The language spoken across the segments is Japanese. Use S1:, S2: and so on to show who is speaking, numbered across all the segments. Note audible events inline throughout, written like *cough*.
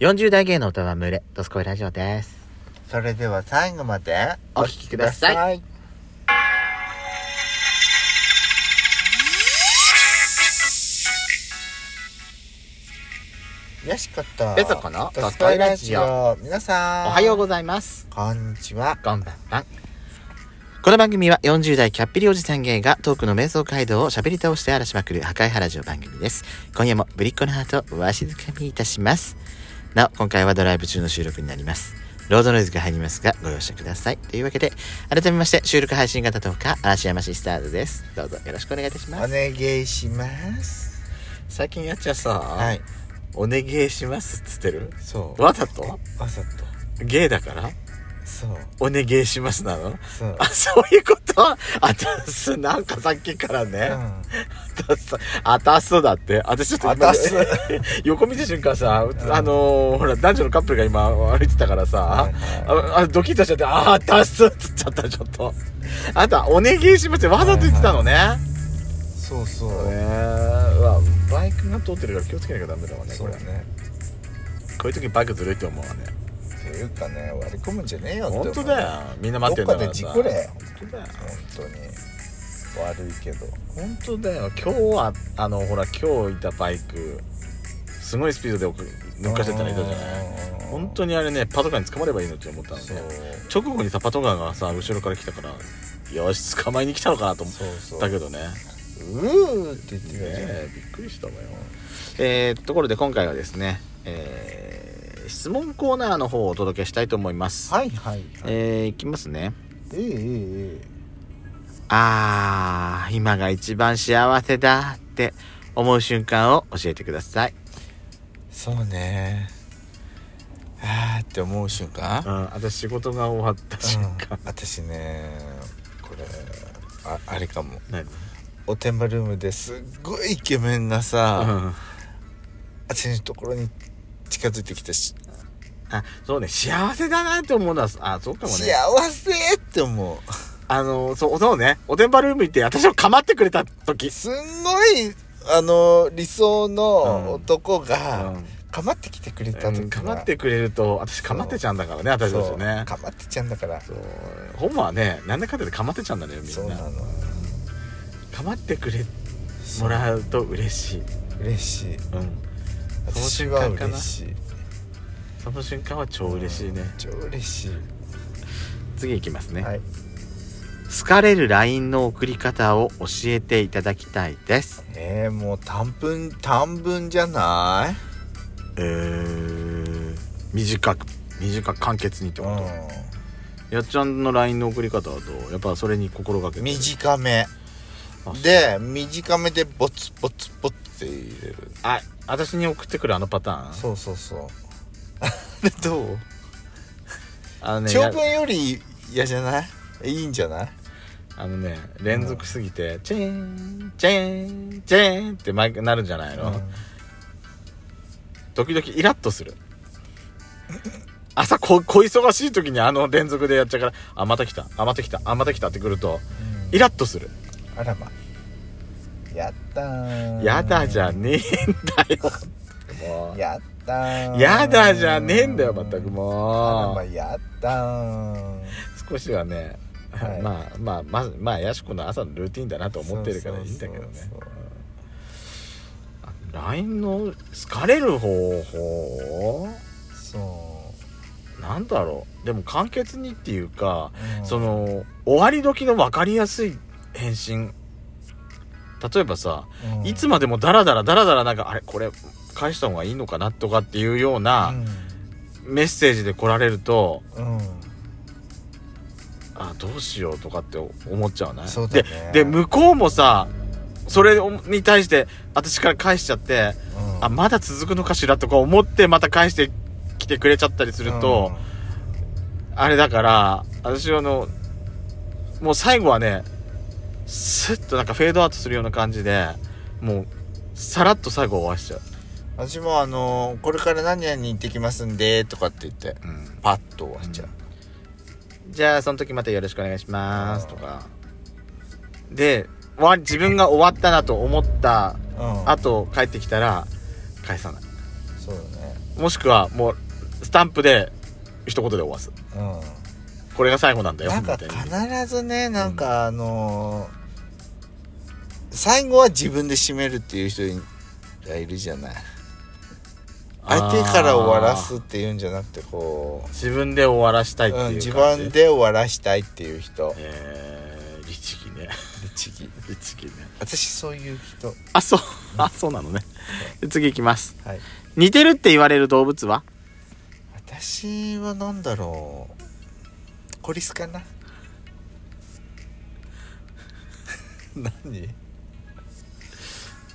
S1: 40代芸の歌は群れ、ドスコイラジオです。
S2: それでは最後まで
S1: お聞きください
S2: い。よしこと。
S1: ペソコの
S2: ドスコイラジ
S1: ドス
S2: オ。皆さん。
S1: おはようございます。
S2: こんにちは。
S1: こんばんは。この番組は40代キャッピリおじさん芸がトークの瞑想街道を喋り倒して荒らしまくる破壊原城番組です。今夜もぶりっ子のハートをわしづかみいたします。なお、今回はドライブ中の収録になります。ロードノイズが入りますが、ご容赦ください。というわけで、改めまして、収録配信型トーカー、嵐山シスターズです。どうぞよろしくお願いいたし
S2: お
S1: ます。
S2: 願いします。
S1: 最近やっちゃさ、
S2: はい。
S1: お願いしますっつってる
S2: そう。
S1: わざと
S2: わざと。
S1: ゲイだから
S2: そう。
S1: お願いしますなの *laughs*
S2: そう。
S1: あ、そういうことあたす、なんかさっきから
S2: う
S1: ね、
S2: ん。
S1: あたす、あたすだって。私ちょっと今
S2: あたす
S1: *laughs* 横見た瞬間さ、
S2: ん
S1: あのー、ほら、男女のカップルが今歩いてたからさ、
S2: はいはい
S1: ああドキッとしちゃって、あ、あたすっつっちゃった、ちょっと。あとは、お願いしますってわざと言ってたのね。
S2: そうそ
S1: そう
S2: う。
S1: ねうわバイクが通ってるから気をつけなきゃダメだわね、
S2: そ
S1: こ
S2: う
S1: れ。
S2: だね。
S1: こういう時バイクずるいって思うわね。
S2: っていうかね、割り込むんじゃねえよって思う
S1: 本当だよ。みんな待ってんだからさ。
S2: どっかで事故れ
S1: 本当だよ。
S2: 本当に悪いけど
S1: 本当だよ今日はあのほら今日いたバイクすごいスピードで送抜かしてったのいたじゃない
S2: い
S1: 本当にあれねパトカーに捕まればいいのって思ったの
S2: そう
S1: ね直後にさパトカーがさ後ろから来たからよし捕まえに来たのかなと思
S2: そうそう
S1: ったけどねね
S2: うーって言ってたじゃん、
S1: えびっくりしたわよえー、ところで今回はですねえー、質問コーナーの方をお届けしたいと思います、
S2: はいはいはい
S1: えー、いきますね
S2: ええええ
S1: あー、今が一番幸せだって思う瞬間を教えてください。
S2: そうねあーって思う瞬間、
S1: うん、私仕事が終わった瞬間。
S2: 私ねこれああれかも
S1: 何
S2: おてんばルームですっごいイケメンがさ、あっちのところに近づいてきたし、
S1: あ、そうね、幸せだなって思うのは、あ、そうかも
S2: 幸
S1: ね。
S2: せって思う
S1: あの、そう、そうね、おてんばルーム行って私を構ってくれた時。
S2: すんごいあの理想の男
S1: う
S2: が
S1: ん
S2: かまってきてくれた
S1: う
S2: 時
S1: ん、
S2: は
S1: 構ってくれると、私構ってちゃうんだからね、私たちね。
S2: かまってちゃんだから
S1: そう、ホモはね、なんだかんだで構ってちゃうんだね、み
S2: そ
S1: ん
S2: うな
S1: な。
S2: の
S1: 構ってくれ、
S2: そ
S1: も
S2: う
S1: らうと嬉しい。
S2: 嬉しい
S1: うん。その
S2: 私
S1: 瞬
S2: は
S1: 間かな
S2: 嬉しい
S1: その瞬間は超嬉しいね。
S2: 超嬉しい
S1: 次行きますね。
S2: はい
S1: 好かれる LINE の送り方を教えていただきたいです。
S2: えー、もう短文短文じゃない
S1: えー、短く、短く簡潔にってこと、
S2: う
S1: やっちゃんの LINE の送り方だと、やっぱそれに心がけて
S2: ん
S1: る。
S2: 短め
S1: あそう
S2: で短めでボツボツボツって入れる
S1: あ、私に送ってくるあのパターン
S2: そうそうそうあれどう *laughs*
S1: あのね、
S2: 長
S1: や
S2: 文より嫌じゃないいいんじゃない
S1: あのね、連続すぎて、チェーン、チェーン、チェーンって毎回なるんじゃないの、時々イラッとする。朝こ、小忙しい時にあの連続でやっちゃうから、あ、また来た、あ、また来た、あ、また来たってくると、イラッとする。
S2: あらまやったー
S1: やだじゃねえんだよ。も
S2: やった
S1: う
S2: ー
S1: やだじゃねえんだよ、全くも
S2: あらま
S1: う。
S2: やったー
S1: 少しはね、
S2: はい
S1: まあまあ、まず、まあ、やしこの朝のルーティンだなと思ってるからいいんだけどね
S2: そうそうそう。
S1: LINE の好かれる方法
S2: そ
S1: なんだろう。でも簡潔にっていうか、
S2: う、うん
S1: その、終わり時の分かりやすい返信。例えばさ、
S2: うん
S1: いつまでもダラダラダラダラなんか、あれ、これ、返した方がいいのかなとかっていうような、メッセージで来られると
S2: うん、うん
S1: あどうしようとかって思っちゃうね
S2: そうだね
S1: でで向こうもさそれに対して私から返しちゃって、
S2: うん
S1: あまだ続くのかしらとか思ってまた返してきてくれちゃったりすると、あれだから私はあのもう最後はねスッとなんかフェードアウトするような感じでもうさらっと最後終わらしちゃう、
S2: うん私もあのーこれから何々に行ってきますんで」とかって言ってパッと終わっちゃう、
S1: じゃあその時またよろしくお願いしますとかで終わり自分が終わったなと思った
S2: うん
S1: あと帰ってきたら返さない
S2: そうだね
S1: もしくはもうスタンプで一言で終わす
S2: うん
S1: これが最後なんだよ
S2: なんか
S1: みたいな
S2: 必ずねなんかあのー最後は自分で締めるっていう人がいるじゃない相手から終わらすっていうんじゃなくてこ
S1: 自分で終わらした
S2: う、
S1: いっていう
S2: うん、
S1: 感じ、
S2: 自分で終わらしたいっていう人
S1: えー、律儀ね *laughs*
S2: 律儀
S1: 律儀ね
S2: 私そういう人
S1: あそうあそうなのねで次いきます
S2: はい
S1: 似てるって言われる動物は
S2: 私はなんだろうコリスかな何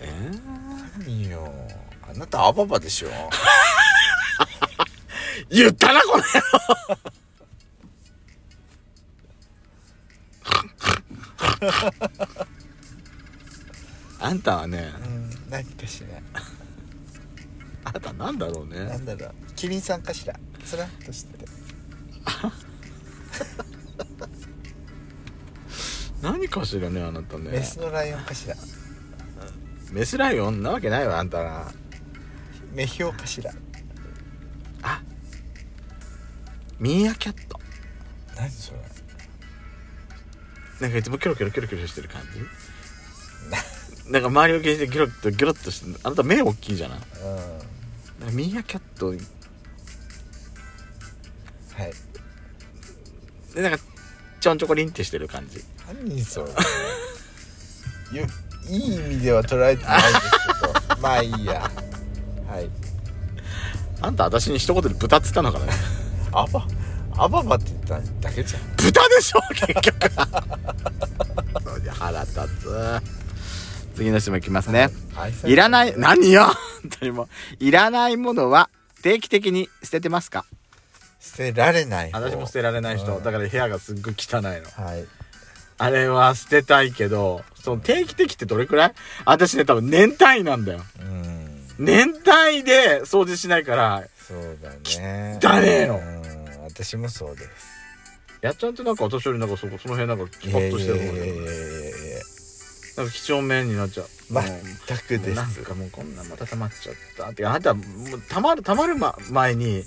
S1: え
S2: 何よあなたアババでしょ
S1: 言ったなこれあんたはね
S2: うん何かしら
S1: あんたなんだろう
S2: な
S1: ね
S2: んだろうキリンさんかしらスラッとしてて
S1: 何かしらねあなたね
S2: メスのライオンかしら
S1: メスライオンなわけないわあんたが
S2: メヒョウかしら
S1: あミーアキャット
S2: 何それ
S1: なんかいつもキョロキョロキョロキョロしてる感
S2: *laughs*
S1: じなんか周りを気にしてギョロッとギョロッとしてあなた目大きいじゃない
S2: うんは
S1: なんかミーアキャット
S2: い
S1: でなんかちょんちょこりんってしてる感じ
S2: 何それよいい意味では捉えてないです
S1: *laughs*
S2: けどまあいいやはい
S1: あんた私に一言で豚っつったのかな
S2: アバアババって言っただけじゃん
S1: 豚でしょ結局腹立つ次の質問いきますね
S2: 愛され
S1: いらない何よ本当にもういらないものは定期的に捨ててますか
S2: 捨てられない方
S1: 私も捨てられない人、
S2: うん
S1: だから部屋がすっごい汚いの
S2: はい
S1: あれは捨てたいけどその定期的ってどれくらい私ね多分年単位なんだよ
S2: うん
S1: 年単位で掃除しないから
S2: そうだね
S1: 汚ねえの
S2: うん私もそうです
S1: やっちゃんってなんか私よりなんかそこその辺なんかキパッとしてる方
S2: い
S1: じ
S2: や
S1: ゃ
S2: い
S1: な
S2: や
S1: いい
S2: やいやいや
S1: なんか几帳面になっちゃう
S2: 全くで
S1: なん
S2: す
S1: かもうこんなんまた溜まっちゃったってかあなたもう溜まる溜まる、ま、前に
S2: う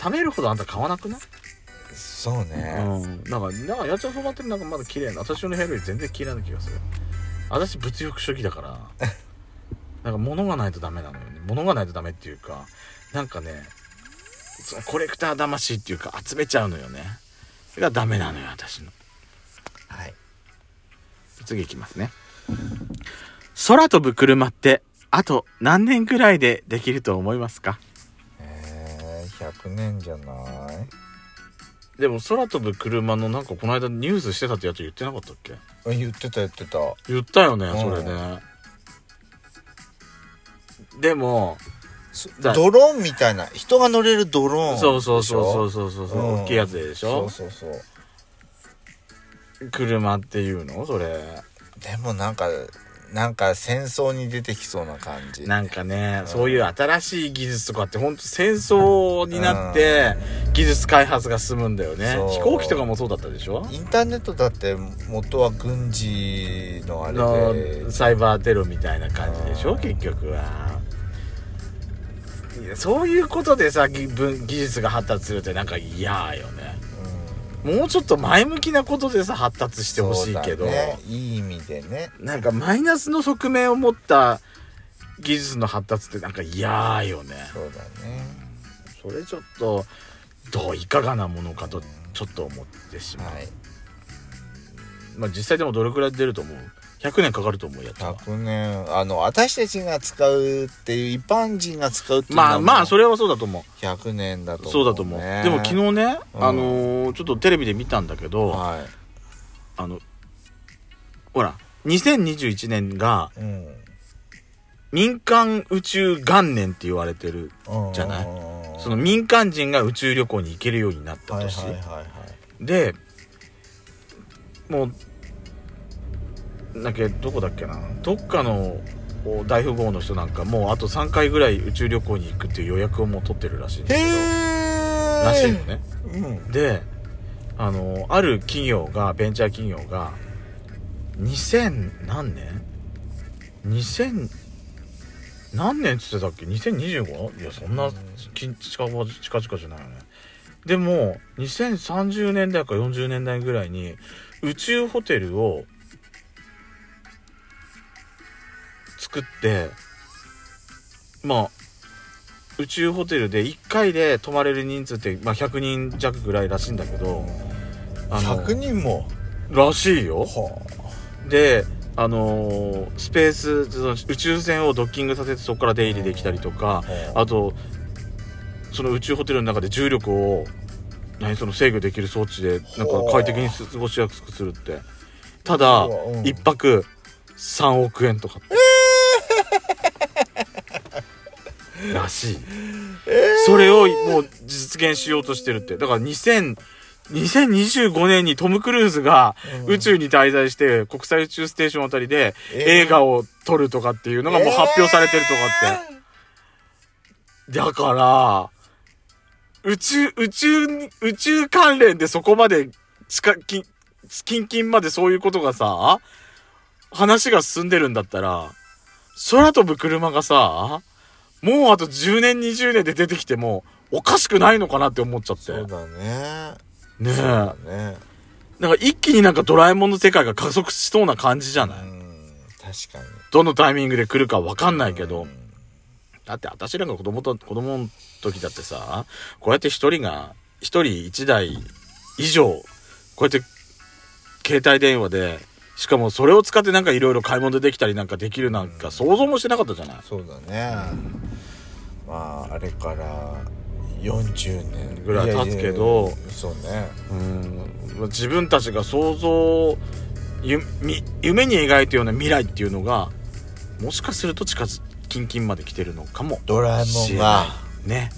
S1: 溜めるほどあんた買わなくない、
S2: んそうね
S1: うんなんかなんかやっちゃんそばってなんかまだ綺麗な私の部屋より全然綺麗な気がする私物欲主義だから
S2: *laughs*
S1: なんか物がないとダメなのよね物がないとダメっていうかなんかねそのコレクター魂っていうか集めちゃうのよねそれがダメなのよ私の
S2: はい
S1: 次いきますね空飛ぶ車ってあと何年ぐらいでできると思いますか
S2: えー、100年じゃない
S1: でも空飛ぶ車のなんかこの間ニュースしてたってやつ言ってなかったっけ
S2: うん言ってた言ってた
S1: 言ったよね
S2: うん
S1: それねでも
S2: そ
S1: だ
S2: ドローンみたいな人が乗れるドローン
S1: そうそうそううそうそうそう
S2: うん
S1: 大きいやつでしょ
S2: そうそうそう
S1: 車っていうのそれ
S2: でもなんかなんか戦争に出てきそうな感じ
S1: なんかね
S2: ん
S1: そういう新しい技術とかってほんと戦争になって技術開発が進むんだよね
S2: そう
S1: 飛行機とかもそうだったでしょ
S2: インターネットだって元は軍事のあ
S1: の
S2: れで
S1: サイバーテロみたいな感じでしょ
S2: うん
S1: 結局はいやそういうことでさ技文技術が発達するってなんか嫌よねもうちょっと前向きなことでさ発達してほしいけど、
S2: そうだねいい意味でね
S1: なんかマイナスの側面を持った技術の発達ってなんか嫌よね
S2: そうだね
S1: それちょっとどういかがなものかとちょっと思ってしまう、
S2: はい
S1: まあ実際でもどれくらい出ると思う100年かかると思うやつは
S2: 100年あの私たちが使うっていう一般人が使うっていうの
S1: ま
S2: は
S1: あまあそ
S2: れ
S1: れはそうだと思う
S2: 100年だと
S1: そうだと思う、
S2: ね
S1: でも昨日ね、
S2: うん
S1: あのーちょっとテレビで見たんだけど、
S2: は
S1: あのほら2021年が
S2: い、うん
S1: 民間宇宙元年って言われてるじゃないその民間人が宇宙旅行に行けるようになった
S2: はいはい
S1: 年、
S2: はいはい
S1: でもうだっけどこだっけなどっかのこう大富豪の人なんかもうあと3回ぐらい宇宙旅行に行くっていう予約をもう取ってるらしいんだけど
S2: へ
S1: らしいのね
S2: うん
S1: であのある企業がベンチャー企業が2000何年 ?2000 何年っつってたっけ 2025? いやそんな近近々近々じゃないよねでも2030年代か40年代ぐらいに宇宙ホテルを作ってまあ宇宙ホテルで1回で泊まれる人数って、まあ、100人弱ぐらいらしいんだけどあの
S2: 100人も
S1: らしいよ
S2: は
S1: であのースペースその宇宙船をドッキングさせてそこから出入りできたりとか
S2: あ
S1: あとその宇宙ホテルの中で重力を何その制御できる装置でなんか快適に過ごしやすくするってただ
S2: うわうん
S1: 1泊3億円とからしいそれをもう実現しようとしてるってだから2000 2025年にトム・クルーズが宇宙に滞在して国際宇宙ステーションあたりで映画を撮るとかっていうのがもう発表されてるとかって。だから、宇宙、宇宙に、宇宙関連でそこまで近、近、近々までそういうことがさ、話が進んでるんだったら、空飛ぶ車がさ、もうあと10年、20年で出てきても、おかしくないのかなって思っちゃって。
S2: そうだね
S1: ねえ。
S2: そう
S1: な
S2: だね
S1: んか一気になんかドラえもんの世界が加速しそうな感じじゃ
S2: う
S1: ない、
S2: ん確かに
S1: どのタイミングで来るかわかんないけど。
S2: うん
S1: だって私らが子供と子供の時だってさこうやって一人が一人一台以上こうやって携帯電話でしかもそれを使ってなんかいろいろ買い物できたりなんかできるなんか想像もしてなかったじゃない
S2: そうだねまああれから40年
S1: ぐらい経つけど
S2: いやいやそうね
S1: うん自分たちが想像ゆみ夢に描いたような未来っていうのがもしかすると近々まで来てるのかも
S2: ドラえもんが
S1: ね